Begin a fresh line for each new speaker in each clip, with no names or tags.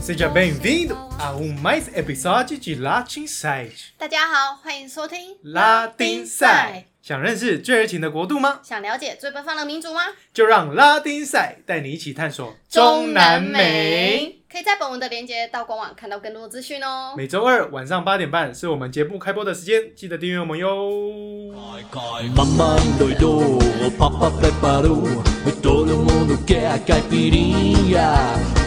Seja bem-vindo a um mais episódio de Latin Side。
大家好，欢迎收听
拉丁赛，想认识最热情的国度吗？
想了解最奔放的民族吗？
就让拉丁赛带你一起探索美。
可以在本文的链接到官网看到更多资讯哦。
每周二晚上八点半是我们节目开播的时间，记得订阅我们哟。
Mamando e o Papa preparou E todo mundo quer a caipirinha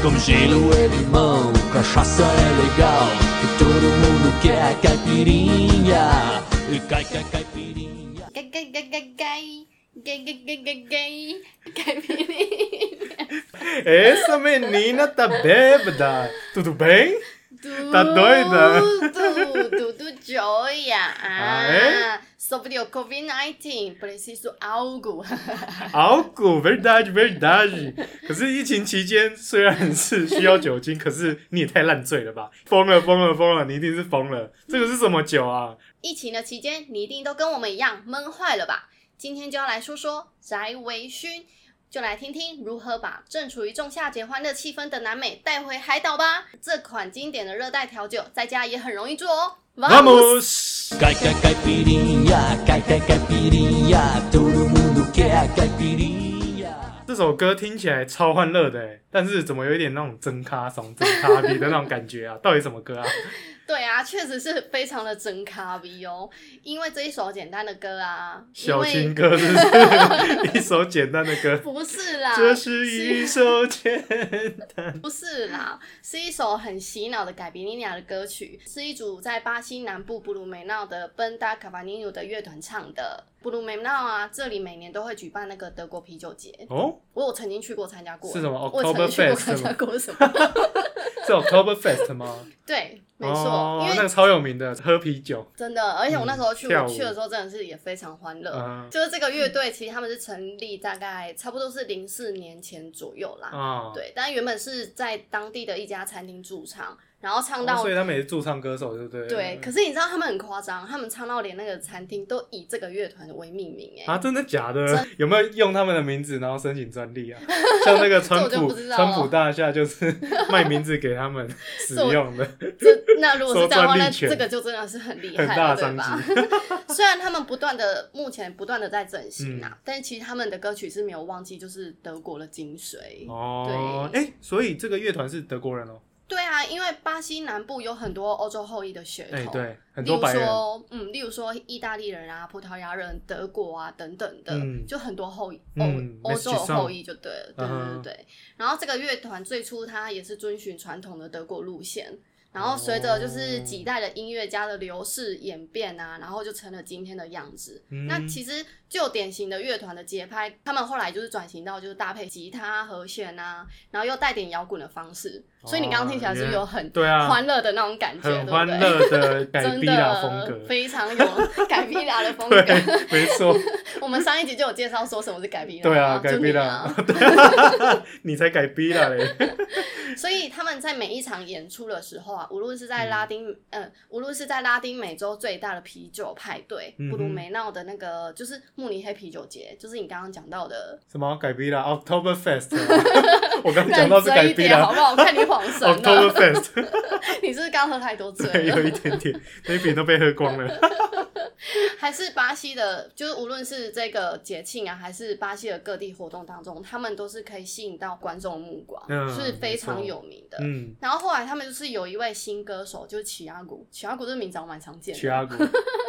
Com gelo e limão, cachaça é legal E todo mundo quer a caipirinha E cai, cai, caipirinha
该该该该该该该该该该改变你。
Essa menina tá bêbada. Tudo bem?
Tudo,
Tá doida?
Tudo, tudo joia.
Ah, é?
sobre o COVID-19, preciso algo.
好苦，verdade, verdade。可是疫情期间虽然是需要酒精，可是你也太烂醉了吧？疯了，疯了，疯了！你一定是疯了。这个是什么酒啊？
疫情的期间，你一定都跟我们一样闷坏了吧？今天就要来说说宅微醺，就来听听如何把正处于仲夏节欢乐气氛的南美带回海岛吧。这款经典的热带调酒，在家也很容易做哦。
Vamos！
Cai, cai, caipirinha, cai, cai, caipirinha Todo mundo quer a caipirinha
这首歌听起来超欢乐的欸，但是怎么有一点那种真咖怂、真咖逼的那种感 觉啊？到底什么歌啊？
对啊，确实是非常的真咖逼哦。因为这一首简单的歌啊，因
小
为
情歌是不是？一首简单的 歌，
不是啦，
这是一首简
不是啦，是一首很洗脑的改编尼亚的歌曲，是一组在巴西南部布鲁梅纳的 Banda c a v a n i n o 的乐团唱的。布鲁梅纳啊，这里每年都会举办那个德国啤酒节，
哦，
我有曾经去过参加过。
是什么
我曾经去
Oktoberfest
过参加过什么？
是 Oktoberfest 吗？
对，没错，
哦、
因
那
为
个超有名的喝啤酒，
真的，而且我那时候去，
嗯跳舞
我去的时候真的是也非常欢乐。
嗯
就是这个乐队，其实他们是成立大概差不多是零四年前左右啦。
啊，
对，但原本是在当地的一家餐厅驻唱，然后唱
哦
到
所以他们也是驻唱歌手，对不对？嗯
对，可
是
是你知道他们很夸张，他们唱到连那个餐厅都以这个乐团为命名哎、
啊，真的假的？ 有没有用他们的名字然后申请专利啊？ 像那个川
这我
普
就不知道了
川普大厦就是卖名字给他 们使用的，
这那如果是这样的话，
说专
那
利权
这个就真的是很厉
很
害
大的
了，对
商
吧？
机。 嗯
虽然他们不断的目前不断的在整形啊，但其实他们的歌曲是没有忘记，就是德国的精 髓。
哦，哎、
对
所以这个乐团是德国人哦，
对啊，因为巴西南部有很多欧洲后裔的血
哎、
统，
对，很
例
多
如
白人，
说，嗯，例如说意大利人啊、葡萄牙人、德国啊等等的，
嗯
就很多后裔欧
嗯
欧洲
Mestizo
有后裔就对了，对
嗯
对
哼
对对。然后这个乐团最初它也是遵循传统的德国路线，然后随着就
哦
是几代的音乐家的流逝演变啊，然后就成了今天的样子。
嗯
那其实就典型的乐团的节拍，他们后来就是转型到就是搭配吉他和弦啊，然后又带点摇滚的方式，所以你刚刚听起来是不是有很
哦对啊，
欢乐的那种感觉，对
很
不
欢
对
乐的改
真
逼
的
啦风格，
非常 有改比拉的风格。
对，没 错，
我们上一集就有介绍说什么是改比拉，
对啊，
就
改逼
你
啦
啊。，
你才改逼啦嘞，
所以他们在每一场演出的时候啊，无论是在拉丁，嗯、无论是在拉丁美洲最大的啤酒派对
嗯哼
布鲁梅纳的那个就是慕尼黑啤酒节，就是你刚刚讲到的。
什么改逼啦，Oktoberfest，啊 我刚讲到是
认真
改
一
逼
点
啦哦
好。不好？我看你晃 神了，
Oktoberfest，
你是不是刚喝太多
对，
醉
有
了？
一点点，那一瓶都被喝光 了。
还是巴西的，就是无论是这个节庆啊，还是巴西的各地活动当中，他们都是可以吸引到观众的目光，
嗯
是非
没
常
错
有名的。
嗯，
然后后来他们就是有一位新歌手，就是奇亚古，奇亚古这个名字我蛮常见
曲
的
阿 古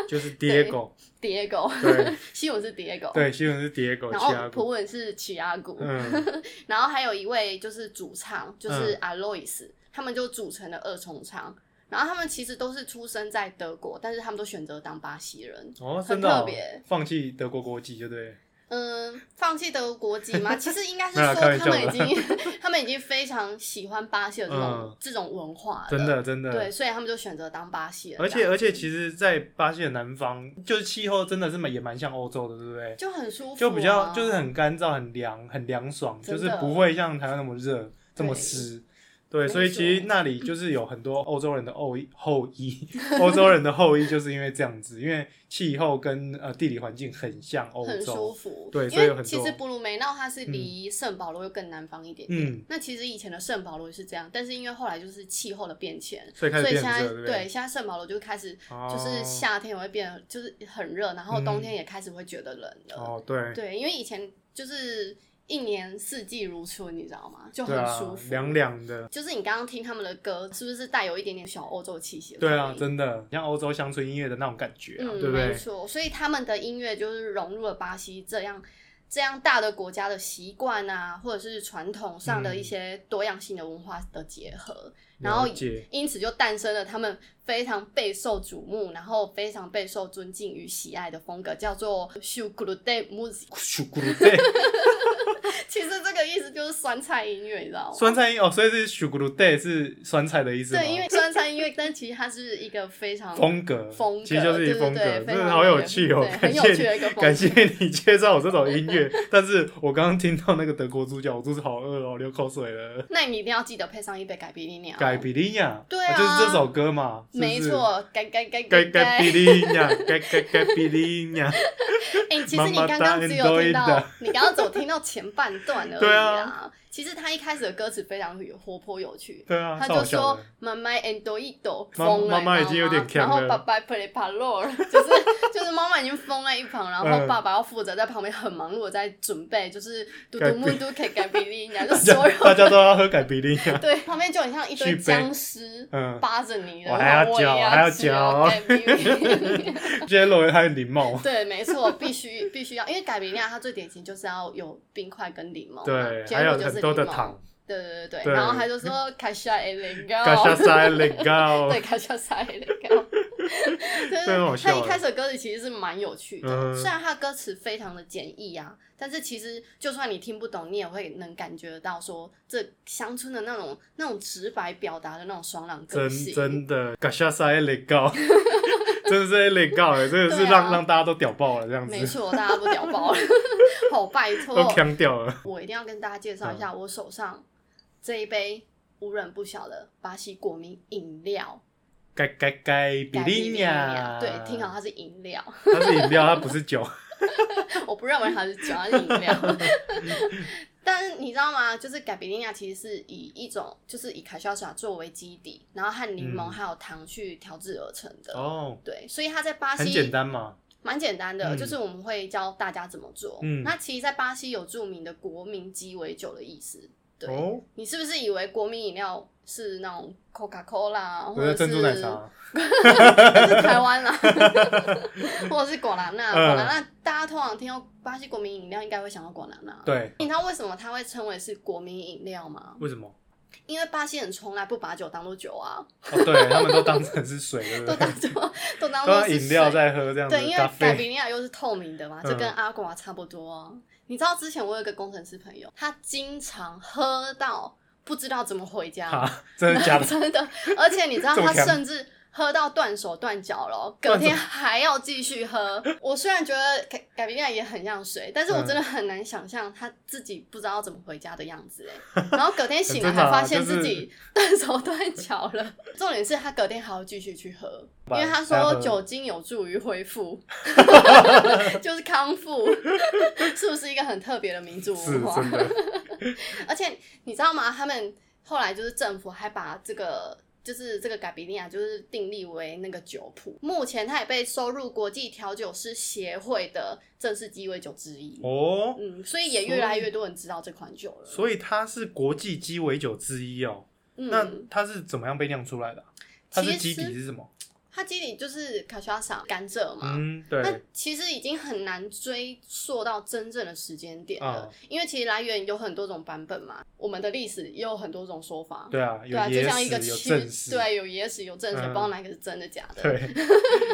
就是 Diego，
，Diego，
对
西文是 Diego，，
对，新闻是 Diego
然
曲阿
后葡
古，
文是奇亚古，
嗯，
然后还有一位就是主唱，就是
嗯
Alois，、他们就组成了二重唱。然后他们其实都是出生在德国，但是他们都选择当巴西人。
哦，真
很
的哦
特别，
放弃德国国籍就对了，
嗯，放弃德国籍 吗？其实应该是
没有
说
啦开玩
他们已
笑的
经 他们已经非常喜欢巴西的这种、
嗯
这种文化了，
真的真的，
对，所以他们就选择当巴西人这
而
样子。
且而且，其实，在巴西的南方，就是气候真的是蛮也蛮像欧洲的，对不对？
就很舒服、啊，
就比较就是很干燥、很凉、很凉爽，
真
就
的
是不会像台湾那么热、这么
对
湿。对，
没
所以其实
错
那里就是有很多欧洲人的后裔，后裔，欧洲人的后裔就是因为这样子，因为气候跟呃地理环境很像欧
很舒
洲，
服。
对
因
所以有
为
很
其
多
实布鲁梅纳它是离圣保罗又更南方一点点。
嗯，
那其实以前的圣保罗也是这样，但是因为后来就是气候的变迁，
所以开始
所以
变
现在
热，对不对？
现在圣保罗就开始
哦嗯
就是夏天也会变得就是很热，然后冬天也开始会觉得冷了。
哦，对，
对，因为以前就是一年四季如春，你知道吗？就很
对
舒
啊，
服，
凉。凉的，
就是你刚刚听他们的歌，是不是带有一点点小欧洲气息的声
对
音？
啊，真的像欧洲乡村音乐的那种感觉啊，
嗯，
对不
没
对？
错，所以他们的音乐就是融入了巴西这样这样大的国家的习惯啊，或者是传统上的一些多样性的文化的结合，然后
嗯了解
因此就诞生了他们非常备受瞩目，然后非常备受尊敬与喜爱的风格，叫做 s h u g r u d e music。
咕咕噜对，
其实这个意思就是酸菜音乐，你知道吗？
酸菜音哦，所以是 s h u g u r u day 是酸菜的意思吗？
对，因为酸菜音乐， 但其实它是一个非常
风格，
风格
其实就是一
对对
风格，
对非
真的
常
好
有
有趣哦
对！
感
很有
谢
趣的一个风格
你，感谢你介绍我这种音 乐。但是我刚刚听到那个德国猪脚，我肚子好饿哦，流口水了。
那你一定要记得配上一杯改比利鸟。
改比利亚，
对啊
就是这首歌嘛，是不是
没。错，改改改
改改
改
比利亚，改改改比利 亚，
哎、其实你刚刚只有听到，你刚刚只有听到前半段而 已
对
啦
啊。
其实他一开始的歌词非常有活泼有趣。
对啊，
他
超
就
好笑
说
的。
“妈妈 and do it do
妈
疯了”，
妈妈已经有点
你知道吗
呛
然后
了
爸爸 play p a l o 就是就是妈妈已经疯在一旁，然后
嗯
爸爸要负责在旁边很忙碌的在准备，就是嘟
改
嘟木嘟 K 改比利亚，就
大
所
家
有
大家都要喝改比利亚，
对旁边就很像一
续
堆
杯
僵尸
嗯，
扒着你，然
我
后
还要
我也
嚼还要
吃
嚼
哦改比利亚
今天罗他很礼貌，
对，没错，必须必须要，因为改比利亚它最典型就是要有冰块跟柠檬嘛，
对，
结
还有
果就
很
是
多的
柠檬，
糖，
对对对对，
对
然后他就说卡夏埃雷高，
嘎沙塞雷高，
对，卡夏塞雷高， 就是
很好笑
他一
欸
开始的歌词其实是蛮有趣的，
嗯
虽然他的歌词非常的简易啊，但是其实就算你听不懂，你也会能感觉到说这乡村的那种那种直白表达的那种爽朗个
真
性，
真的，嘎下塞勒告， 真的是勒告哎，真的是
对啊
让、让大家都屌爆了这样
没
子，
错，大家都屌 爆了，好拜托，
都呛嗯掉了。
我一定要跟大家介绍一下我手上这一杯无人不晓的巴西国民饮料
该该该比
——
利
利
亚，
啊对，听好，它是饮料，
它是饮料，它不是 酒。
我不认为它是酒，它是饮 料。但是你知道吗？就是改比利亚其实是以一种，就是以凯旋茶作为基底，然后和柠檬
嗯
还有糖去调制而成的。
哦，
对，所以它在巴西
很简单嘛。
蛮简单的，
嗯
就是我们会教大家怎么做。
嗯
那其实，在巴西有著名的国民鸡尾酒的意思。对，
哦，
你是不是以为国民饮料是那种 Coca Cola 或
我的
者
珍珠奶茶，
还是 台湾啦，或者是果兰纳？
嗯
果兰纳大家通常听到巴西国民饮料，应该会想到果兰纳。，
对，
你知道为什么它会称为是国民饮料吗？
为什么？
因为巴西人从来不把酒当做酒啊，
哦， 对他们都当成是水，对不
都
对？
当 做都当
都
做
当
是
饮料
水
在喝这样子
对，，因
咖
为改
啡。
比利亚又是透明的嘛，
嗯
就跟阿瓜差不多、啊。你知道之前我有一个工程师朋友，他经常喝到不知道怎么回 家，
啊， 真的假的？
真的。而且你知道
这么
他
强
甚至喝到断手断脚 了哦，隔
断手
天还要继续喝。我虽然觉得改改比利亚也很像水，但是我
嗯
真的很难想象他自己不知道怎么回家的样子 哎。然后隔天醒来
很
还
正常啊
发现
就是
自己断手断脚了。重点是他隔天还要继续去喝，因为他
还要
说
喝
酒精有助于 恢复，就是康复， 是不是一个很特别的民族
是
文化？
真 的，
而且你知道吗？他们后来就是政府还把这个。就是这个改比利亚，就是定立为那个酒谱。目前它也被收入国际调酒师协会的正式鸡尾酒之一。
哦，
嗯，所以也越来越多人知道这款酒了。
所以它是国际鸡尾酒之一哦。那
嗯，
它是怎么样被酿出来的啊？它是
其
基
实
底是什么？
它基底就是卡西亚赏甘蔗嘛。
嗯，
那
对，
其实已经很难追溯到真正的时间点了，
啊
因为其实来源有很多种版本嘛，我们的历史也有很多种说法。
对啊，
对啊，
有
就
野
像一个
史，有
区
正史，
对，有野史，有正史，
嗯
不知道哪个是真的假 的。
对，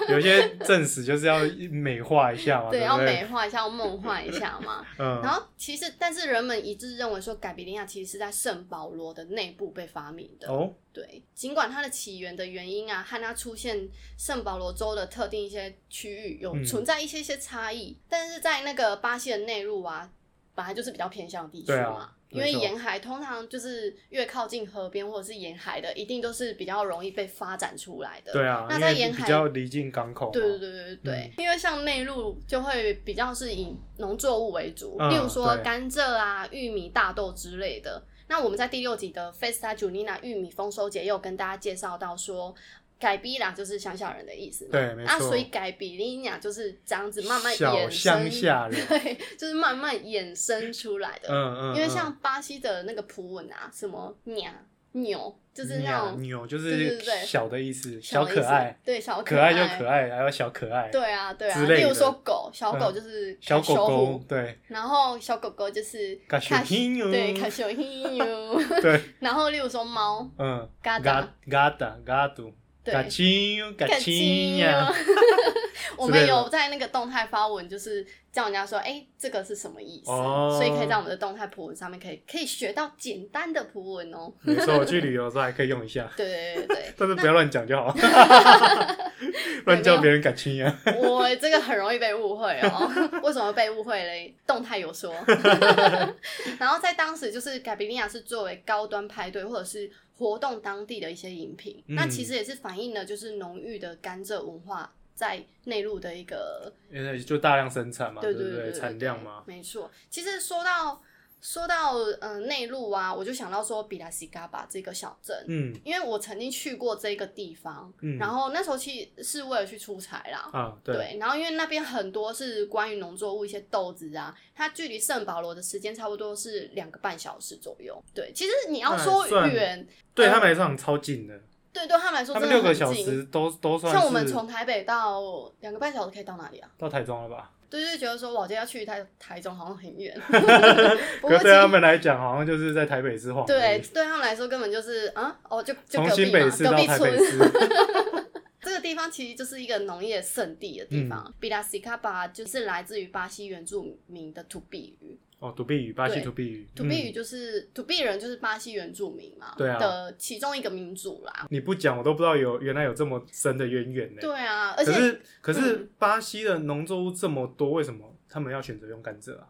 有些证实就是要美化一下嘛，
对，
对，
要
不
美
对？
化一下，要梦幻一下嘛。然
嗯，
后其实，但是人们一致认为说，改比利亚其实是在圣保罗的内部被发明的。
哦，
对，尽管它的起源的原因啊，和它出现圣保罗州的特定一些区域有
嗯
存在一些些差异，但是在那个巴西的内陆啊，本来就是比较偏向地区
对
嘛。
啊
因为
没错
沿海通常就是越靠近河边或者是沿海的，一定都是比较容易被发展出来的。
对啊，
那
因
在
为
沿
比
海
较离近港口嘛，
对对对对
嗯
对，因为像内陆就会比较是以农作物为主，
嗯
例如说
对
甘蔗啊、玉米、大豆之类的。那我们在第六集的 Festa Junina 玉米丰收节也有跟大家介绍到说，改比啦就是乡下人的意思嘛，
对没
那
错
所以改比利亚就是这样子慢慢
小
衍
乡，
生
下人，
对，就是慢慢衍生出来的。
嗯嗯，
因为
嗯
像巴西的那个葡文啊，什么鸟牛，就是那
鸟
种
牛就
对对
是
对对
小的意思，
小
小
的意思
可爱，
对小
可爱就可爱，还有小可爱，
对啊，对啊，
之类
例
的
如说狗，小狗
嗯
就是
小狗
卡修
狗
虎，
对
然后小狗狗就是
卡修
卡修
嘿哟
对，卡修 嘿哟
对，
然后例如说猫，
嗯，
嘎
嘎
达，
嘎达嘎嘟，
对，
嘎青嘎
卡
青
西
呀，
我
之
们
类的
有在那个动态发文，就是叫人家说，哎，这个是什么意思？
哦
所以可以在我们的动态普文上面可以可以学到简单的普文哦。
没错，我去旅游的时候还可以用一下，
对对对对
但是不要乱讲就 好，乱叫别人啊嘎青呀，
对，我这个很容易被误会哦。为什么被误会嘞？动态 有说，然后在当时就是改比利亚是作为高端派对或者是活动当地的一些饮品，
嗯
那其实也是反映了就是浓郁的甘蔗文化在内陆的一个
因为就大量生产嘛，
对
不
对对，
产量嘛，
没错。其实说到说到呃内陆啊，我就想到说比拉西嘎巴这个小镇。
嗯
因为我曾经去过这个地方，
嗯
然后那时候去是为了去出差啦，
啊，对，
然后因为那边很多是关于农作物一些豆子啊，它距离圣保罗的时间差不多是两个半小时左右。对，其实你要说
那也算
远，
对他们来说很超近的，
对对他们来说
他
真
们
的
六个
很
小时
近。
都都算
像我们
是
从台北到两个半小时可以到哪里啊？
到台中了吧？
对，就是觉得说，哇，今天要去台台中好像很 远。不
可是对
过
他
其实
们来讲，好像就是在台北市晃而已，
对对他们来说根本就是啊，哦，就就
从
隔壁
新
嘛
北，市
隔
到
壁
台北
村。
市，
这个地方其实就是一个农业圣地的
嗯
地方，比拉西卡巴就是来自于巴西原住民的土币语，
哦，土币语，巴西
对
土币语，
土币
嗯
语就是土币人，就是巴西原住民嘛，
对啊
的其中一个民族啦。
你不讲我都不知道有原来有这么深的渊源呢。
对啊，而
可
且嗯
是可是巴西的农作物这么多，为什么他们要选择用甘蔗啊？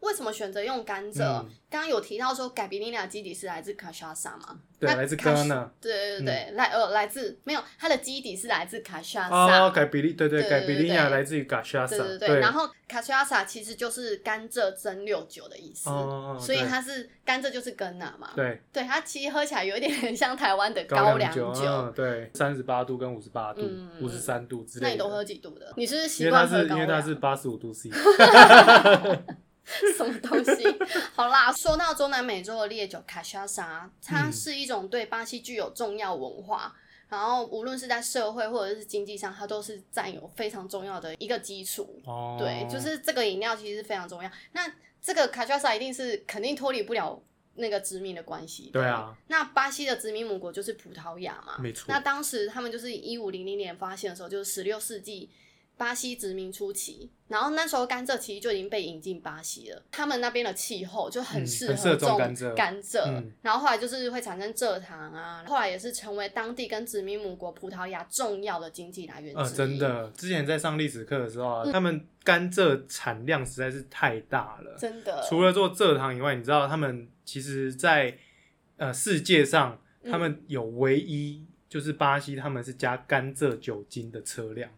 为什么选择用甘蔗？
嗯
刚刚有提到说，改比利亚基底是来自卡沙萨嘛？
对，啊
那
来自嗯
卡
戛
西
纳
对对对对，来呃来自没有，它的基底是来自卡沙萨。
哦，改比利对对
对
改
对
比
对
利亚
对
来自于嘎沙
对
萨，
对对，然后卡沙萨其实就是甘蔗蒸馏酒的意思，
哦
所以
对
它是甘蔗就是根呐嘛，
对
对，它其实喝起来有一点 很像台湾的
高
粱
酒，
酒。
嗯对，三十八度跟五十八度
嗯、
五十三度之类
那
的。
你都喝？几度的？你是不是
因
习
为它
惯喝
是因
高
为它
粱？
是八十五度 C，
什么东 西？好啦，说到中南美洲的烈酒卡莎莎，它
嗯
是一种对巴西具有重要文化，然后无论是在社会或者是经济上，它都是占有非常重要的一个基础。
哦，
对，就是这个饮料其实非常重要。那这个卡莎莎一定是肯定脱离不了那个殖民的关系。
对啊，
那巴西的殖民母国就是葡萄牙嘛，
没错
那当时他们就是一五零零年发现的时候，就是十六世纪巴西殖民初期，然后那时候甘蔗其实就已经被引进巴西了。他们那边的气候就很
嗯
适
很适合种
种
甘蔗
甘蔗，
嗯
然后后来就是会产生蔗糖啊，后来也是成为当地跟殖民母国葡萄牙重要的经济来源之一。
呃，真。的，之前在上历史课的时候
嗯
啊，他们甘蔗产量实在是太大了。
真的，
除了做蔗糖以外，你知道他们其实在呃世界上，
嗯
他们有唯一、就是巴西，他们是加甘蔗酒精的车辆。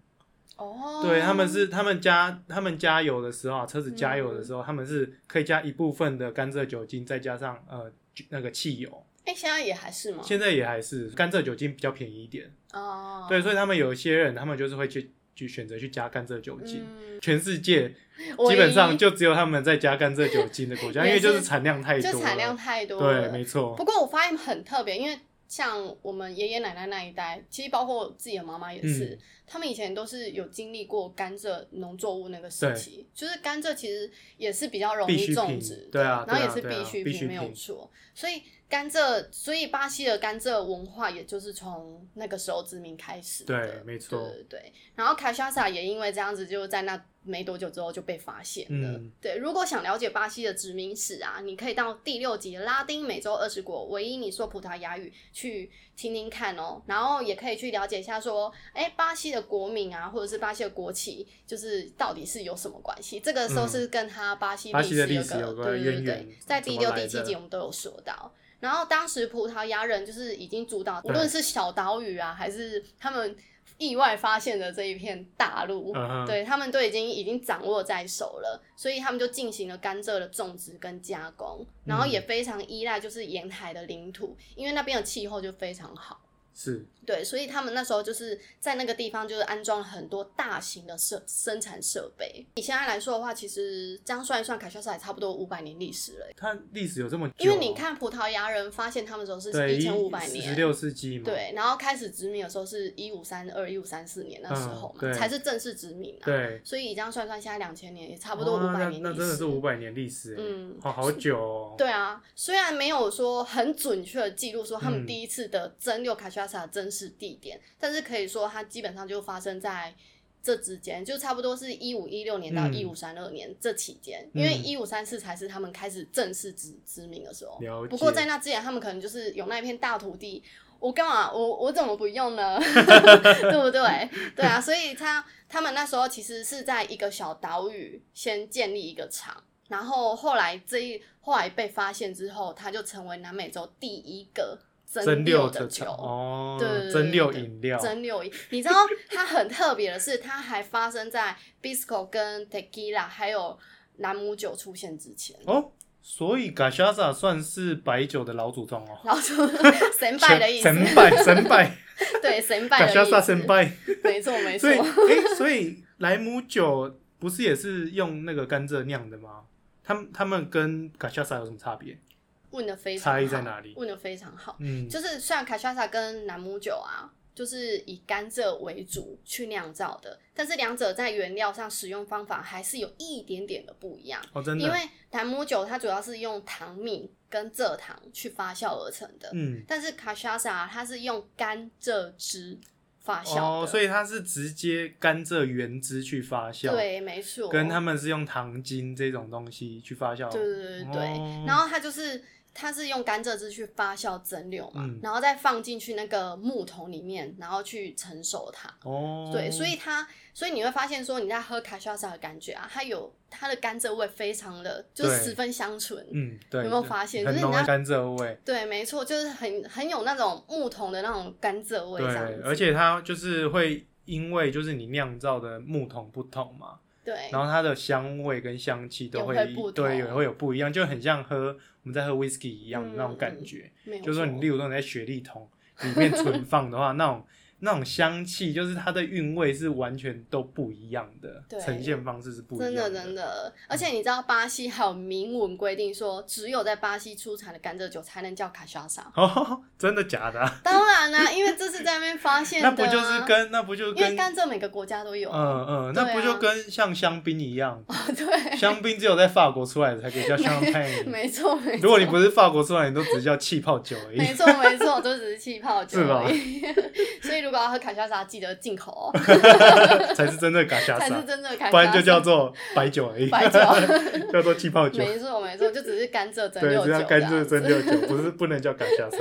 哦，
对，他们是他们加他们加油的时候啊，车子加油的
嗯
时候，他们是可以加一部分的甘蔗酒精，再加上呃酒那个汽油。
哎、现在也还是吗？
现在也还是甘蔗酒精比较便宜一点，
哦，
对，，所以他们有一些人，他们就是会去去选择去加甘蔗酒精。
嗯，
全世界
唯
基本上
一
就只有他们在加甘蔗酒精的国家，因
也
为就是是产量太多了，
就产量太多了，
对，没错。
不过我发现很特别，因为像我们爷爷奶奶那一代，其实包括我自己的妈妈也是，
嗯
他们以前都是有经历过甘蔗农作物那个时期，就是甘蔗其实也是比较容
必
易
需
种
品
植，
对啊
然后
对
也
啊
是
对啊
必需
必需
没有
品
错，所以甘蔗，所以巴西的甘蔗文化也就是从那个时候殖民开始的。
对没错
对对对。然后卡莎萨也因为这样子，就在那没多久之后就被发现了。
嗯
对，如果想了解巴西的殖民史啊，你可以到第六集《拉丁美洲二十国唯一你说葡萄牙语》去听听看哦。然后也可以去了解一下说，哎，巴西的国民啊，或者是巴西的国旗，就是到底是有什么关系？这个都是跟他巴西
巴
历
西
史
的
有
历史有
个
关嗯
对对
渊源
对，在第
怎么
六、
来
第
嗯
七
的
集我们都有说到。然后当时葡萄牙人就是已经主导，无论是小岛屿啊，还是他们意外发现的这一片大陆，
嗯哼
对他们都已经已经掌握在手了，所以他们就进行了甘蔗的种植跟加工，然后
嗯
也非常依赖就是沿海的领土，因为那边的气候就非常好。
是
对，所以他们那时候就是在那个地方，就是安装了很多大型的设生产设备。以现在来说的话，其实这样算一算，凯撒萨也差不多五百年历史了。
它历史有这么久，
因为你看葡萄牙人发现他们的时候是
对
一千五百
十
年，
六世纪嘛，，
对，然后开始殖民的时候是一五三二、一五三四年那时候
嗯
嘛，
对
才是正式殖民啊。
对，
所以你这样算算，现在两千年也差
差
不多五百年历史、
哦那那真的是五百年历史，欸
嗯
好好久哦，
对啊，虽然没有说很准确的记录说他们
嗯
第一次的蒸馏卡西亚萨的真实地点，但是可以说它基本上就发生在这之间，就差不多是一五一六年到
嗯
一五三二年这期间，因为
嗯
一五三四才是他们开始正式殖殖民的时候。
了解
不过在那之前，他们可能就是有那一片大土地。我干嘛？我我怎么不 用呢？ 对不对？对啊，所以他他们那时候其实是在一个小岛屿先建立一个厂，然后后来这一后来被发现之后，它就成为南美洲第一个蒸
蒸馏
的
的
酒。
茶哦，
对对对
蒸馏
对
饮料，
蒸馏饮，你知道它很特别的是，它还发生在 Bisco 跟 Tequila 还有兰姆酒出现之前。
哦，所以 Gashaza 算是白酒的老祖宗哦，
然 后就神拜的意思，
神拜神 拜
对神拜的意
，Gashaza
思，
神拜，
没错没
所
错
以，哎，所以莱姆酒不是也是用那个甘蔗酿的吗？他们他们跟 Gashaza 有什么差别？
问的非常
差异
好
在哪里
问的非常好，
嗯，
就是虽然卡莎萨跟南姆酒啊，就是以甘蔗为主去酿造的，但是两者在原料上使用方法还是有一点点的不一样。
哦，真的，
因为南姆酒它主要是用糖蜜跟蔗糖去发酵而成的，
嗯，
但是卡莎萨它是用甘蔗汁发酵的，
哦，所以它是直接甘蔗原汁去发酵，，
对，没错，
跟他们是用糖精这种东西去发酵，
对对对对对，
哦
然后它就是它是用甘蔗汁去发酵蒸馏嘛，
嗯
然后再放进去那个木桶里面，然后去成熟它。
哦，
对，所以它，所以你会发现说你在喝卡莎萨的感觉啊，它有它的甘蔗味非常的，就是
对
十分香醇。
嗯，对，
有没有发现就
很
是
浓
人
的
家
甘蔗味？
对，没错，就是很很有那种木桶的那种甘蔗味
对
这样子，，
而且它就是会因为就是你酿造的木桶不同嘛，
对
然后它的香味跟香气都
也会不同嗯
对，也会有不一样，就很像喝我们在喝 whisky 一样的那种感觉。
没有
就是说你
错
例如说你在雪莉桶里面存放的话，那种 那种香气，就是它的韵味是完全都不一样的
对，
呈现方式是不一
真
样
的
的，嗯
真的，而且你知道巴西还有明文规定说，只有在巴西出产的甘蔗酒才能叫卡莎 萨。
哦，真的假的啊、
当然啦、因为这是在那边发现的、
那
啊。
不就是跟那不就
因为
跟
甘蔗每个国家都有啊。
嗯嗯，
对
那
啊哦
不就跟像香槟一样？
对，
香槟只有在法国出来的才可以叫香槟。
没错没错。
如果你不是法国出来，你都只叫气泡酒而已。
没错没错，就只是气泡 酒
是吧
而已。 所以如果要喝卡莎莎，记得进口哦，
才是真的嘎下
才是
沙，
真的卡莎莎。
不然就叫做白酒而已，
白酒
叫做气泡酒。
没错没错，就只是甘蔗蒸
对，
馏
只要
酒。
甘蔗蒸。馏酒，不是不能叫嘎下 沙。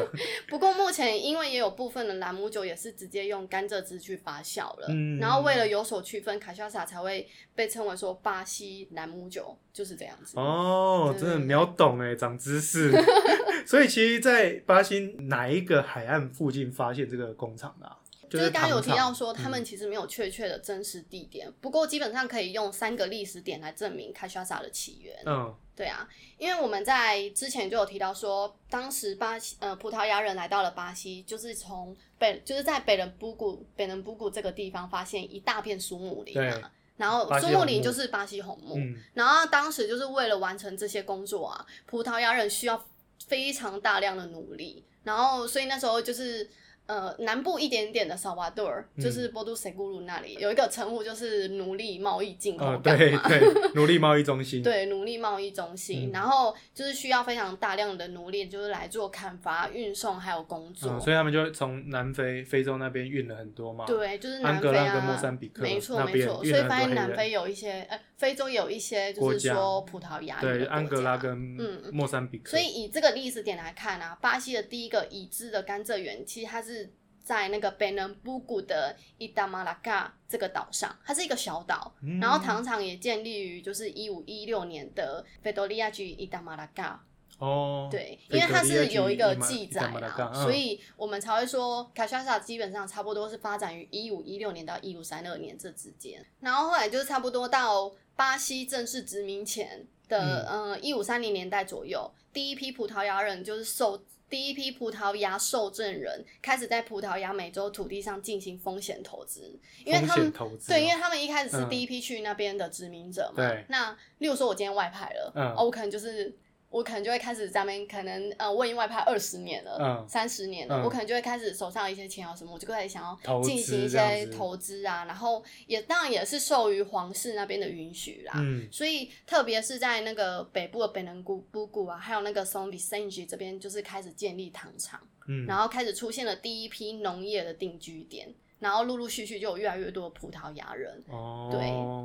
不过目前因为也有部分的兰姆酒也是直接用甘蔗汁去发酵了，
嗯
然后为了有所区分，卡莎莎才会被称为说巴西兰姆酒，就是这样子。
哦，
对
真的秒懂哎，长知识。 所以其实，在巴西哪一个海岸附近发现这个工厂的啊？
就是是刚刚有提
糖厂嗯
到说，他们其实没有确切的真实地点，不过基本上可以用三个历史点来证明卡莎萨的起源。
嗯
对啊，因为我们在之前就有提到说，当时巴西呃葡萄牙人来到了巴西，就是从北就是在北伦布谷北伦布谷这个地方发现一大片苏木林
对
啊，然后
巴西
苏
红
木林
木
就是巴西红木，
嗯，
然后当时就是为了完成这些工作啊，葡萄牙人需要非常大量的努力，然后所以那时候就是呃南部一点点的萨瓦多尔，
嗯
就是波杜塞古鲁那里有一个称呼，就是奴隶贸易进口
呃，
港
对
嘛。
对，奴隶贸易中心，
对奴隶贸易中心，
嗯
然后就是需要非常大量的奴隶，就是来做砍伐、运送还有工作。
嗯，所以他们就从南非、非洲那边运了很多嘛。，
对，就是
安
南
哥
非
拉
啊，
跟莫桑比克
没错
那
没
边
错，
越
所以
南
发
多
现
黑
南
人
非有一些，呃，非洲有一些就
国
是
家
说葡萄牙
对
语的
安
国
哥拉
家
跟
嗯嗯
莫桑比克，
所以以这个历史点来看啊，巴西的第一个已知的甘蔗园，其实它是在那个北能布谷的伊达马拉嘎这个岛上，它是一个小岛。
嗯
然后糖厂也建立于就是一五一六年的费多利亚居伊达马拉嘎，
哦，
对，
所
因
以
为它
格里亚
是
基
有一个
伊玛
记
伊
载
达马拉
啊
冈，嗯
所以我们才会说卡莎萨基本上差不多是发展于一五一六年到一五三二年这之间，然后后来就是差不多到巴西正式殖民前的
嗯
呃一五三零年代左右，第一批葡萄牙人就是受。第一批葡萄牙受赠人开始在葡萄牙美洲土地上进行风险投资，因为
风
他
险
们
投资
对，
哦
因为他们一开始是
嗯
第一批去那边的殖民者嘛。
对
那例如说，我今天外派了，
嗯
哦，我可能就是我可能就会开始咱们可能呃，我已经外派二十年了，
嗯
三、十年了，
嗯
我可能就会开始手上有一些钱啊什么，我就开始想要
投资
进行一
这样
些
子
投资啊，然后也当然也是受于皇室那边的允许啦。
嗯，
所以，特别是在那个北部的北能古布谷啊，还有那个松比圣吉这边，就是开始建立糖厂。
嗯，
然后开始出现了第一批农业的定居点，然后陆陆续续就有越来越多的葡萄牙人，
哦，
对，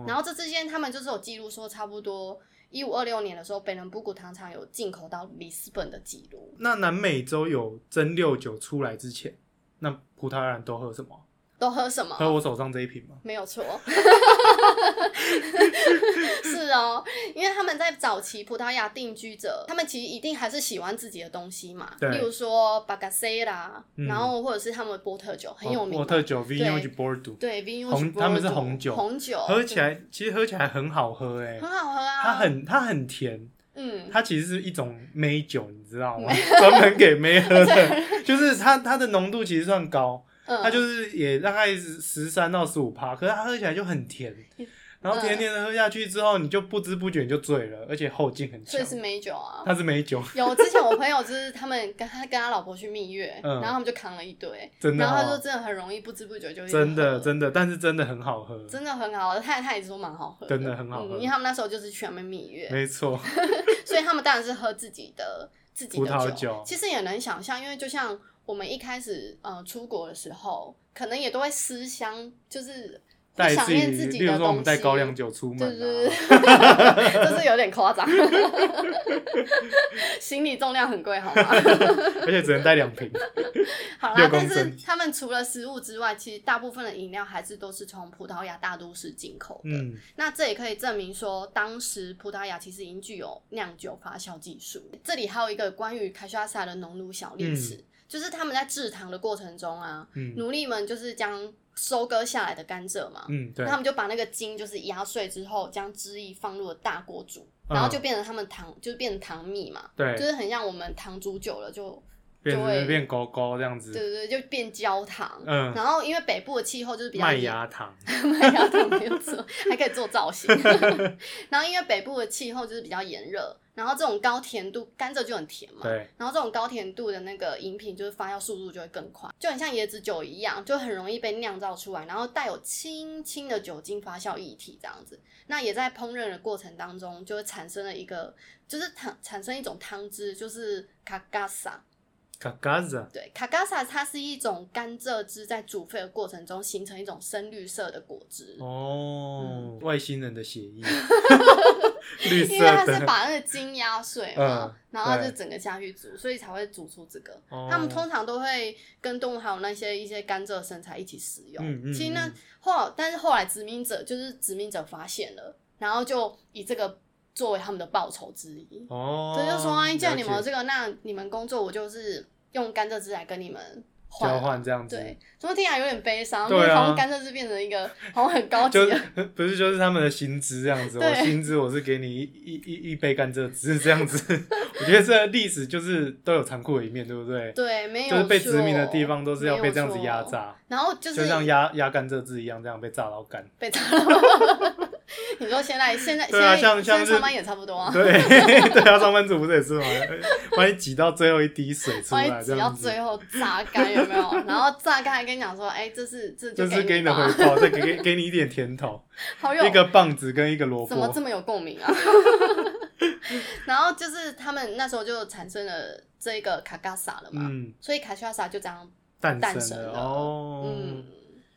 然
后
后这之间他们就是有记录说，差不多一五二六年的时候，北伦布谷糖厂有进口到里斯本的记录。
那南美洲有蒸馏酒出来之前，那葡萄牙人都喝什么？
都喝什么？
喝我手上这一瓶吗？
没有错， 是哦，因为他们在早期葡萄牙定居者，他们其实一定还是喜欢自己的东西嘛，
对
例如说巴嘎塞啦，
嗯哦
然后或者是他们的波特酒很有名嘛，
波特酒 v i n o g b o r d o
对 v i n o
红他们是红酒
红酒
喝起来其实喝起来很好喝哎、
很好喝啊，
它很它很甜，
嗯，
它其实是一种梅酒，你知道吗？ 专门给梅 喝的，就是它它的浓度其实算高，
嗯
它就是也大概十三到十五趴，可是它喝起来就很甜，
嗯
然后甜甜的喝下去之后，你就不知不觉你就醉了，而且后劲很
嗯所
强
以。是美酒啊。
它是梅酒，
有之前我朋友就是他们跟他跟他老婆去蜜月，
嗯
然后他们就扛了一堆，
真的
然
哦
后他就真的很容易不知不觉就一直
真
喝
的真的，但是真的很好喝，
真的很好喝，他他也说蛮好喝
真的很好喝
嗯因为他们那时候就是去那边蜜月，
没错，
所以他们当然是喝自己的自己的
葡萄酒
其实也能想象，因为就像我们一开始呃出国的时候，可能也都会思乡，就是会
带
想
自
念自
己，
己
例如
的
说我
东
们
西，
带高粱酒出门
对对
啊，
对， 就是有点夸 张，行李重量很贵，好吗？
而且只能带两瓶。
好啦
六，
但
公
是
升
他们除了食物之外，其实大部分的饮料还是都是从葡萄牙大都市进口的。
嗯，
那这也可以证明说，当时葡萄牙其实已经具有酿酒发酵技术。这里还有一个关于卡莎萨的农奴小历史，就是他们在制糖的过程中啊，
嗯
奴隶们就是将收割下来的甘蔗嘛，
嗯，对
那，他们就把那个筋就是压碎之后，将汁液放入了大锅煮，然后就变成他们糖，就是变成糖蜜嘛，
嗯对
就是很像我们糖煮久了就，
变
就会
成变狗狗这样
对
子，
对对，就变焦糖。
嗯，
然后因为北部的气候就是比较
麦
炎
芽糖，
麦芽糖没有错，还可以做 造型。然后因为北部的气候就是比较炎热，然后这种高甜度甘蔗就很甜嘛，
对，
然后这种高甜度的那个饮品就是发酵速度就会更快，就很像椰子酒一样，就很容易被酿造出来，然后带有轻轻的酒精发酵液体这样子。那也在烹饪的过程当中，就会产生了一个，就是产产生一种汤汁，就是卡嘎萨。
嘎嘎子，
对，卡嘎萨它是一种甘蔗汁在煮沸的过程中形成一种深绿色的果汁。
哦，外星人的血 液，绿
嗯因为它
色
是
的，
把那个筋压碎嘛，
嗯
然后它就
对
整个下去煮，所以才会煮出这个。
哦
他们通常都会跟动物还有那些一些甘蔗生菜一起食用。
嗯嗯
其实呢
嗯，
后但是后来殖民者就是殖民者发现了，然后就以这个作为他们的报酬之一。
哦，
所以就说，哎，既然你们有
了解
这个，那你们工作我就是用甘蔗汁来跟你们换啊
交换这样子，
对，怎么听起来有点悲伤？
对啊
因为好像甘蔗汁变成一个 好像很高级
就
的，
不是就是他们的薪资这样子，
对
我薪资我是给你一一一一杯甘蔗汁这样子， 我觉得这历史就是都有残酷的一面，对不对？
对，没有
就是被殖民的
错
地方都是要被这样子
没有
压
错
榨，
然后就是
就像压压甘蔗汁一样，这样被榨到干。
被打了。你说现在现在现
对啊
在
像
现在
像是
上班也差不多啊，
对 对啊，上班族不是也是吗？万一挤到最后一滴水出
万
来，啊
一
这
挤到
样子
最，后榨干有没 有？然后榨干还跟你讲说，哎，这是这
这
就是给
给
你
你的
吧，
回报，再给给给你一点甜 头，
好有
一个棒子跟一个萝
怎么这
卜。
么有共鸣啊？ 然后就是他们那时候就产生了这个卡嘎萨了嘛，
嗯，
所以卡西亚萨就这样，
诞
诞
生
生
了
了
哦。
嗯，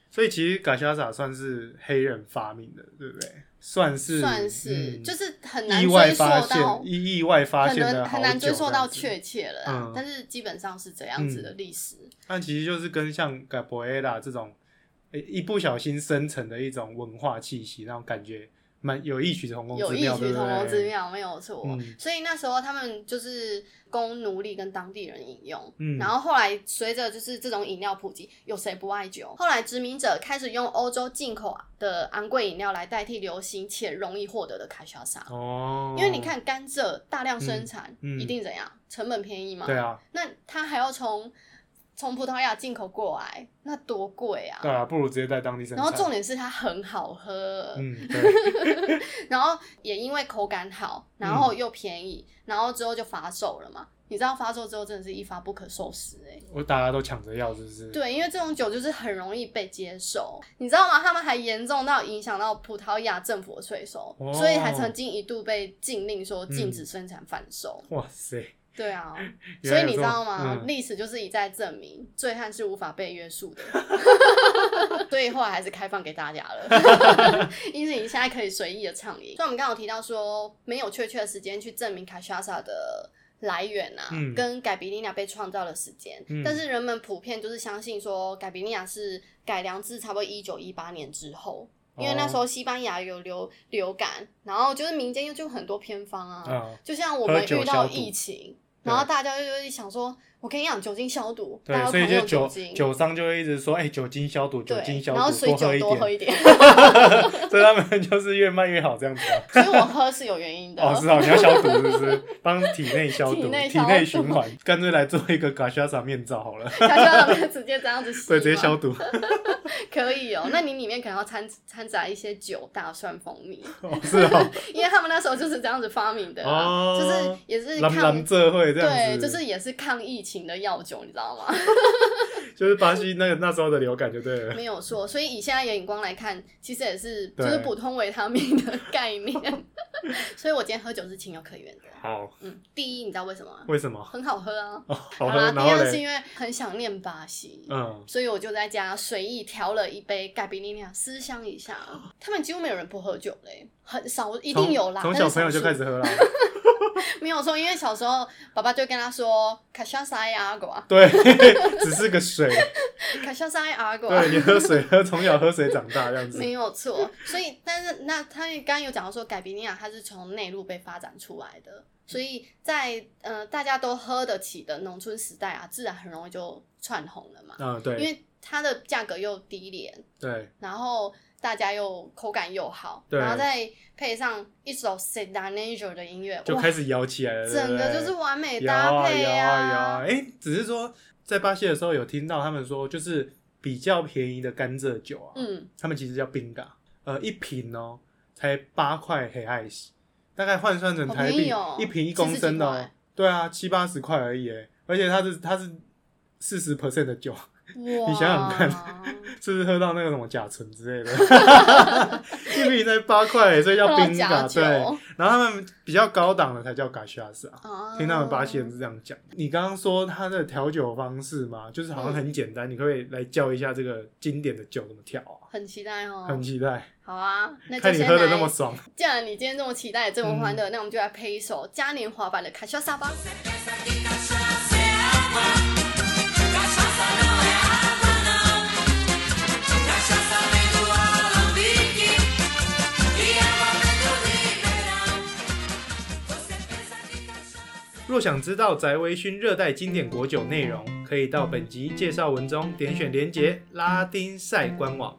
所以其实嘎夏萨算是黑人发明的，对不对？算是
算是
嗯
就是很难
意外
追溯
发
到
现，意意外发
很
现的
难
好
很难
久
追溯
这
到
样子
确切了啦
嗯，
但是基本上是这样子的历史。
但其实就是跟像 g a b o e r a 这种，诶一不小心生成的一种文化气息，那种感觉蛮有异曲同工
有
之
异
妙，对
曲
不
同工之
对？
妙，没有错。
嗯
所以那时候他们就是供奴隶跟当地人饮用。
嗯
然后后来随着就是这种饮料普及，有谁不爱酒？后来殖民者开始用欧洲进口的昂贵饮料来代替流行且容易获得的卡西亚沙。
哦，
因为你，看甘蔗大量生产，
嗯嗯
一定怎样？成本便宜嘛。
对。啊，
那他还要从从葡萄牙进口过来，那多贵啊！
对啊，不如直接在当地生产。
然后重，点是它很好喝，
嗯， 对，
然后也因为口感好，然后又便宜，然后之后就发售了嘛。你知道发售之后真的是一发不可收拾哎、
我大家都抢着要，是不是？，
对，因为这种酒就是很容易被接受，你知道吗？他们还严重到影响到葡萄牙政府的税收，
哦
所以还曾经一度被禁令说禁止生产贩售。
哇塞，
对啊，
原
所
来
以你
有这种
知道吗？
嗯
历史就是一再证明，醉汉是无法被约束的。 所以后来还是开放给大家了，因此你现在可以随意的畅饮。所以我们刚刚有提到说，没有确切的时间去证明卡西亚萨的来源啊，
嗯
跟改比利亚被创造的时间，
嗯
但是人们普遍就是相信说，改比利亚是改良至差不多一九一八年之后。因为那
哦
时候西班牙有流流感，然后就是民间又就很多偏方啊，
啊，
就像我们
喝酒
遇
消
到
毒
疫情，
对
然后大家就会想说，我跟你讲，酒精消毒，
对，
大家
所
都
以
狂
就
用
酒
精，
酒商就会一直说，哎，酒精消毒，酒精
对，
消
然后水
毒，
酒
多
多喝
一点，
一点。
所以他们就是越卖越好这样子啊。
所以我喝是有原因的。
哦，知道你要消毒是不是？帮体内消毒，
啊体内
体
消毒
内循环，干脆来做一个 Gashasa 面罩好 了，
大家能不能直接这样子洗？
哦啊 对，直接消。
啊
毒。
可以哦，那你里面可能要掺掺杂一些酒、大蒜、蜂蜜，
哦，是 哦，
因为他们那时候就是这样子发明的啊，
哦
就是也是
蓝蓝
抗。
这会这样
对，
子，
就是也是抗疫情的药酒，你知道吗？
就是巴西那个那时候的流感就对了。
没有错，所以以现在眼光来看，其实也是就
对
是普通维他命的概念。 所以我今天喝酒是情有可原的。
好，
嗯，第一，你知道为什么吗？
为什么？
很好喝啊。
哦，好
啦
喝，，
第
然后
二是因
嘞，
为很想念巴西。
嗯，
所以我就在家随意调了一杯盖比利亚，思乡一下。他们几乎没有人不喝酒嘞，很少，一定有啦。
从
但
从
是
小朋友就
少
开
数
始喝啦。
没有说，因为小时候爸爸就跟他说“卡夏塞阿果啊，
对， 只是个 水，
卡夏塞阿果啊”，
对你喝水喝，从小喝水长大这样子。
没有错，所以但是那他刚刚有讲到说，改比利亚它是从内陆被发展出来的，所以在呃大家都喝得起的农村时代啊，自然很容易就窜红了嘛，
嗯，
因
对，
为它的价格又低廉，
对，
然后大家又口感又好，
对
然后再配上一首 s e d a n a g e 的音乐，
就
哇
开始摇起来了，对不
整个
对
就是完美
有
搭配
有啊有
啊
哎、只是说在巴西的时候有听到他们说，就是比较便宜的甘蔗酒啊，
嗯，
他们其实叫冰嘎，呃，一瓶哦才八块黑爱喜，大概换算成台
好便
币、
宜哦
一瓶一公升的、
70几
哦
块，
对啊，七八十块而已耶，而且它是它是四十 percent 的酒，
哇，
想想看， 是不是喝到那个什么甲醇之类的？ 一瓶才八块耶，所以叫冰嘎，
假酒
对。然后他们比较高档的才叫嘎西亚斯啊。
啊
听他们巴西人是这样讲。你刚刚说他的调酒方式嘛，就是好像很简单，你可不可以来教一下这个经典的酒怎么调啊？
很期待哦，
很期待，
好啊，那就
看你
先
喝的
来。
那么嗯爽。
既然你今天这么期待、这么欢乐，那我们就来配一首嘉年华版的《卡西萨吧》。
若想知道宅微醺热带经典果酒内容，可以到本集介绍文中点选连结拉丁赛官网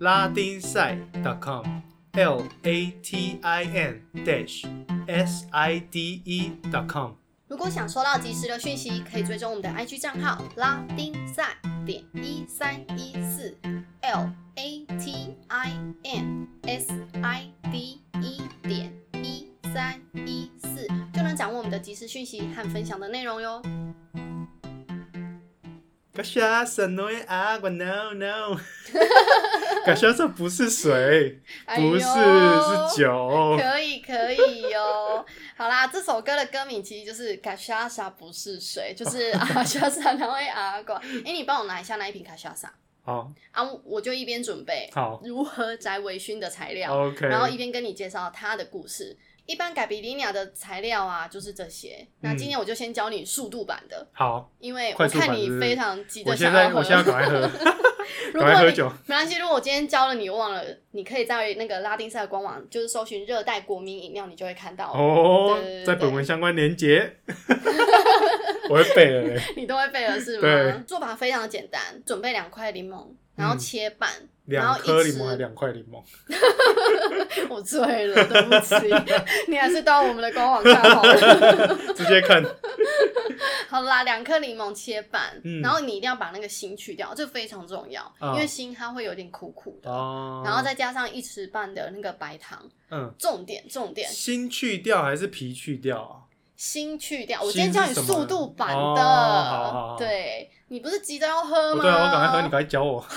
拉丁赛 .com l a t i n dash s i d e .com。
如果想收到及时的讯息，可以追踪我们的 IG 账号拉丁赛点一三一四 L A T I N S I D 一点一三一四，就能掌握我们的及时讯息和分享的内容哟。
Cachaça não é água, não, não. Cachaça 不是水，
哎
不是、是
酒。
酒。
可以可以哟，好啦，这首歌的歌名其实就是《卡莎莎不是水》，就是 阿莎莎然后阿瓜。哎、你帮我拿一下那一瓶卡莎莎
好，
啊，我就一边准备
好
如何宅微醺的材料，
，OK。
然后一边跟你介绍它的故事。一般改比利亚的材料啊，就是这些。那今天我就先教你速度版的，
好，
因为我
快速版
看你
是不是
非常急
我
着
现
想
在
要
我
喝。
现在赶快喝。
如
赶
果
快喝
你
酒
没关系，如果我今天教了你忘了，你可以在那个拉丁赛的官网，就是搜寻热带国民饮料，你就会看到。
哦
对对，对
在本文相关连接，我会背了嘞。
你都会背了是吗
对？嗯
做法非常的简单，准备两块柠檬，然后切半， 然
两
后一
颗柠檬
匙
还两块柠檬，
我醉了，对不起， 你还是到我们的官网看好了。
直接看。
好啦，两颗柠檬切半，
嗯
然后你一定要把那个心去掉，这非常重要，
哦
因为心它会有点苦苦的，
哦，
然后再加上一匙半的那个白糖。
嗯，
重点重点，
心去掉还是皮去掉啊？
心去掉。我今
心
天
是
教你
什么
速度版的，
哦好好好
对你不是急着要喝
哦
吗？
对啊，我赶快喝，你赶快教我。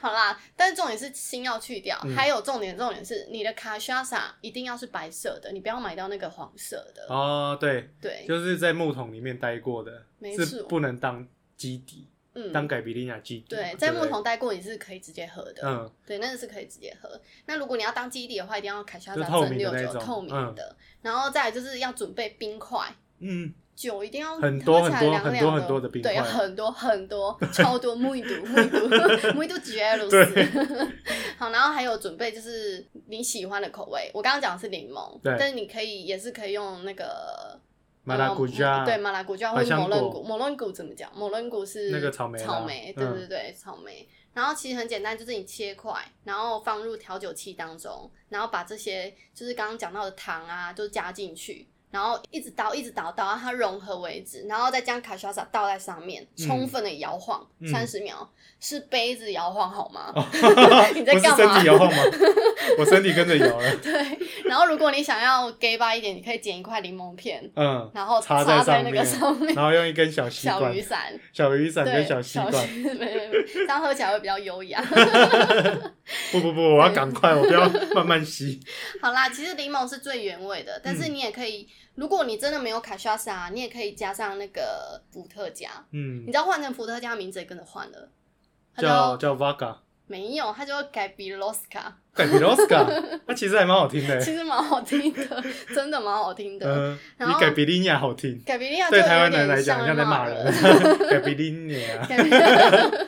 好啦，但是重点是心要去掉，
嗯
还有重点重点是你的卡莎莎一定要是白色的，你不要买到那个黄色的。
哦，对，
对，
就是在木桶里面待过的
没，
是
错
不能当基底，当
嗯，
改比利亚基底嘛。
对，
对
在
不
木
对
桶待过你是可以直接喝的，
嗯，
对，那个是可以直接喝。那如果你要当基底的话，一定要卡莎
就
莎
透
蒸
明的
馏
那
酒，
种
透明的，然后再来就是要准备冰块。
嗯，
酒一定要
很多
喝起来
很多
凉
很
凉
多很多的冰
对，
块
很多 很多，超多 muy d 度 muy d 度 muy
对
d jealous。好， 然后还有准备就是你喜欢的口味，我刚刚讲的是柠檬，
对
但是你可以也是可以用那个
马拉古加，
呃对，马拉古加或
百
者
香
摩伦
果
古，摩伦古怎么讲？摩伦古是
那个草莓啦
草莓，对
嗯
对对，草莓。然后其实很简单，就是你切块，然后放入调酒器当中，然后把这些就是刚刚讲到的糖啊，就加进去，然后一直倒，一直倒，倒到它融合为止，然后再将卡莎莎倒在上面，
嗯
充分的摇晃
嗯哦
三十秒，是杯子摇晃好吗？ 你在
不是
干
身
嘛
体摇 晃吗？我身体跟着摇了。
对。然后如果你想要 gay 吧一点，你可以剪一块柠檬片，
嗯，
然后
插
在
在上
那个
面
上面，
然后用一根小吸
小
管
雨、 伞。
小雨伞
对，
跟小吸管。
没没没，这样喝起来会比较优 雅。
不不不，我要赶 快，我不要慢慢吸。
好啦，其实柠檬是最原味的，但是
嗯
你也可以，如果你真的没有卡莎莎，你也可以加上那个伏特加。你
嗯
知，道换成伏特加名字也跟着换了，它
叫
就
叫 Vaga。
没有，它就改 b i l o s k a
改 p i l o s k a 它其实还蛮好听的。
其实蛮好 听的，真的蛮好听的。
嗯，
然
比
后
改比利亚好听。
改比利亚就
对
有
台湾人
点
来讲，像在骂
骂
人。 改比利亚，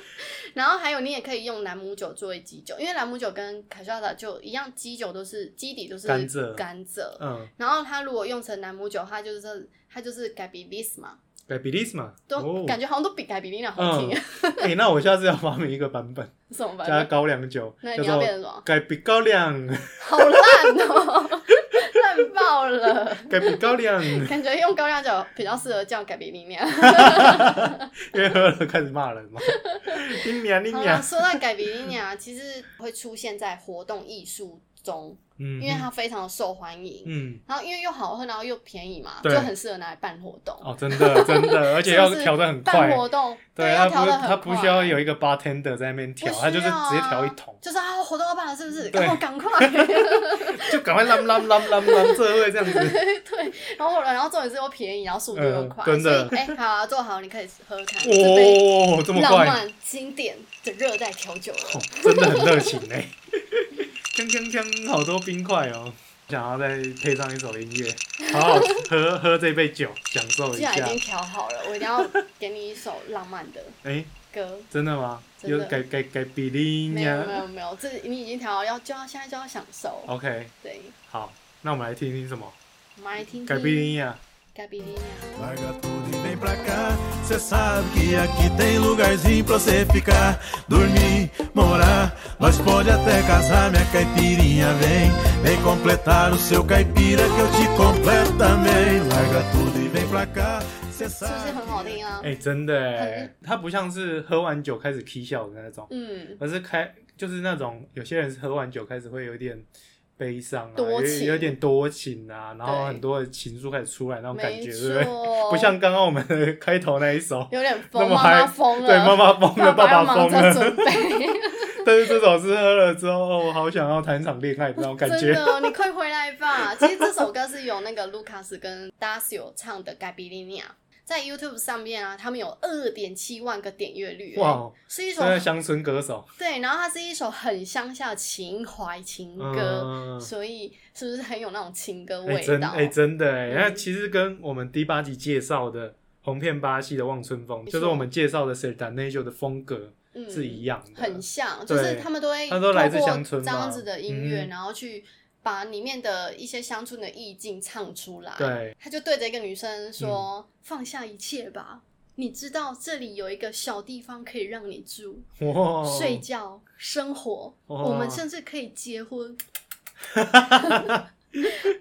然后还有，你也可以用兰姆酒作为基酒，因为兰姆酒跟卡莎达就一样，基酒都是基底都是
甘蔗
甘蔗。
嗯，
然后它如果用成兰姆酒，它就是它就是改比利斯嘛，
改比利斯嘛。
都、
哦
感觉好像都比改比利那好
嗯
听，，
哎，那我下次要发明一个版本，
怎么
加
办？
高粱酒，
那
叫
你要
做
变成什么？
改比高粱，
好烂哦、 烂爆了！
改比高粱，
感觉用高粱酒比较适合叫改比利那。
因为喝了开始骂人 嘛。你娘你
好啦，
娘，
说到改比利那，啊其实会出现在活动艺术中，
嗯，
因为它非常的受欢迎。
嗯，
然后因为又好喝，然后又便宜嘛，就
对
很适合拿来办活动。
哦，真的真 的，而
而
且要调的很快
办，活动
对，它
要调
不
的很快。
它不需要有一个 bartender 在那边调，
不
它就是
需要啊
直接调一桶，
就是啊，活动要办了，是不是？
对
然后赶快，
就赶快啷啷啷啷啷，这会这样 子，哦
然后然后重点是又便宜，然后速度又快，
嗯真的
所以哎、好、啊，做好，你可以喝喝看，这杯
哦，这么
浪
快，
漫经典的热带调酒了。
哦真的很热情哎， 锵锵锵，好多冰块哦。想要再配上一首音乐，好好喝喝这杯酒，享受一
既然
下
已。经调好了，我一定要给你一首浪漫的
哎、
歌。
真的吗？
真的
有改改改比例
没有没
呀
有没有，这你已经调好了，要就要现在就要享受。
？OK，
对，
好，那我们来听听什么？
我们来听听
改比例呀。
改比利亚。
Larga tudo e vem pra cá. Cê sabe que aqui tem lugarzinho pra você ficar, dormir, morar. Nós pode até casar, minha caipirinha vem. Vem completar o seu caipira que eu te completo também. Larga tudo e vem pra cá,
是
cê
不是
sabe.
很好听啊？
哎、真的哎，它不像是喝完酒开始 k 笑的那种，
嗯，
而是开就是那种有些人是喝完酒开始会有点悲伤啊，
多
有
情
有点多情啊，然后
对
很多的情愫开始出来那种感
没
觉，对不对？
错，
不像刚刚我们的开头那一首，
有点
那
疯，
么
妈
嗨
妈疯了，
对，妈妈疯了，
爸
爸
要
疯
忙着准
了，
备。
但是这首是喝了之后，哦，我好想要谈场恋爱的那种感
真
觉。
的，你快回来吧！其实这首歌是由那个 Lucas 跟 Dacio 唱的《盖比利尼亚》，在 YouTube 上面啊，他们有二点七万个点阅率、欸
哇哦，
是一首
真的乡村歌手，
对，然后它是一首很乡下情怀情歌，
嗯，
所以是不是很有那种情歌
哎、
味
真
道？
哎、真的哎、
嗯
那其实跟我们第八集介绍的红遍巴西的望春风，
没错
就是我们介绍的 Sertanejo 的风格
嗯
是一样的，
很像，就
对
是他们都会
他都来自
透过
乡村
这
嘛
样子的音乐，
嗯
然后去把里面的一些乡村的意境唱出来。
对，嗯
他就对着一个女生说：“放下一切吧，你知道这里有一个小地方可以让你住，
哇，
睡觉、生活，
哇
我们甚至可以 结婚。”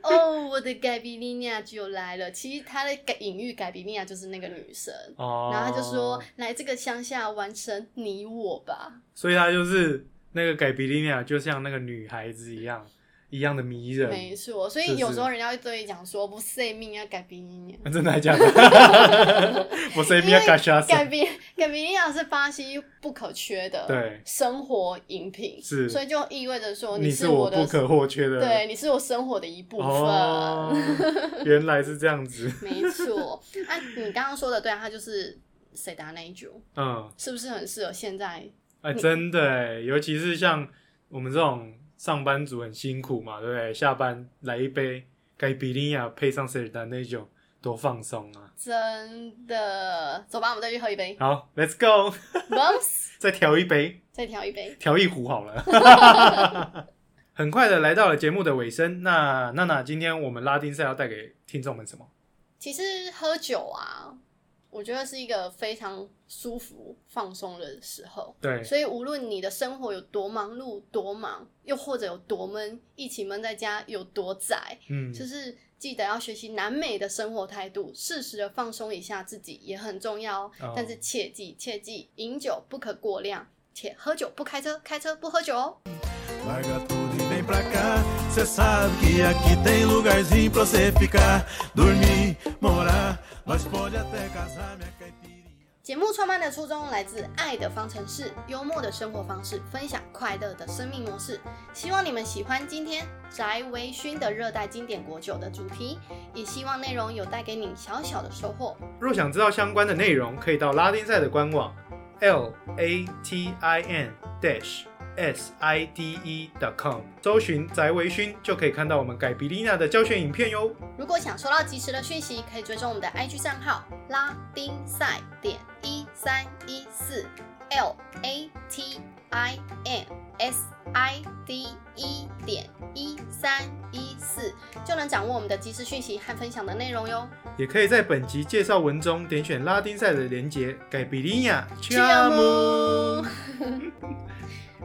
哦，我的盖比利尼亚就来了。其实他的隐喻盖比利亚就是那个女生，
哦，
然后他就说：“，来这个乡下完成你我吧。
所以他就是那个改比利亚，就像那个女孩子一样，一样的迷”人，
没错，所
是
以
是
有时候人家会对你讲说：“不是命要盖比利 尼亚。”
啊真的还假 的？我随便嘎瞎
改比改比利亚是巴西不可缺的
对
生活饮品，
是
所以就意味着说
你
是
是我
的
不可或缺的，
对，你是我生活的一部分。
哦，原来是这样子，
没错，啊，你刚刚说的对啊，它就是谁打那一组，
嗯，
是不是很适合现在？
哎、真的哎，尤其是像我们这种上班族很辛苦嘛，对不对？下班来一杯改比利亚啊配上塞尔达那酒，多放松啊！
真的，走吧，我们再去喝 一杯
好，Let's go，
，Vamos，
再调一杯。
再调一杯。
调一壶好了。 很快的来到了节目的尾声，那娜娜，今天我们拉丁赛要带给听众们什么？
其实喝酒啊，我觉得是一个非常舒服、放松的时候。
对，
所以无论你的生活有多忙碌、多忙，又或者有多闷，一起闷在家有多宅，
嗯，
就是记得要学习南美的生活态度，适时的放松一下自己也很重要哦。
哦
但是切记切记，饮酒不可过量，且喝酒不开车，开车不喝酒哦。
Larga tudo e vem pra cá, cê sabe que aqui tem lugarzinho pra você ficar, dormir, morar, nós pode até casar, minha caipirinha.
节目创办的初衷来自爱的方程式，幽默的生活方式，分享快乐的生命模式。希望你们喜欢今天宅微醺的热带经典果酒的主题，也希望内容有带给你小小的收获。
若想知道相关的内容，可以到拉丁赛的官网 l a t i n dash s i d e dot com 搜寻宅微醺，就可以看到我们改比利娜的教学影片哟。
如果想收到及时的讯息，可以追踪我们的 IG 账号拉丁赛点一三一四 L A T I N S I D E 点一三一四，就能掌握我们的及时讯息和分享的内容哟。
也可以在本集介绍文中点选拉丁赛的连结，改比利亚 c
Ciao
h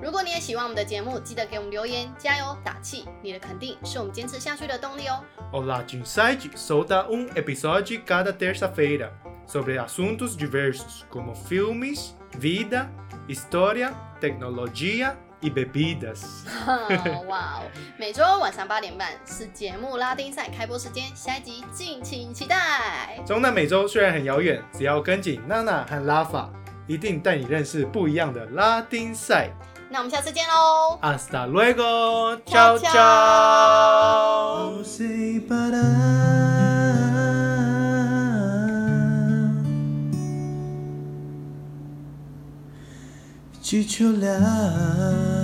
如果你也喜欢我们的节目，记得给我们留言，加油打气！你的肯定是我们坚持下去的动力哦。
Olá, de Inside, solta um episódio cada terça-feira sobre assuntos diversos como filmes, vida, história, tecnologia e bebidas.
哇哦！每周晚上八点半是节目拉丁赛开播时间，下一集敬请期待。
中南美洲虽然很遥远，只要跟紧娜娜和拉法，一定带你认识不一样的拉丁赛。
那我们下次见喽，
Hasta luego, ciao
Ciao, ciao.
ciao.
Eu sei parar de te olhar.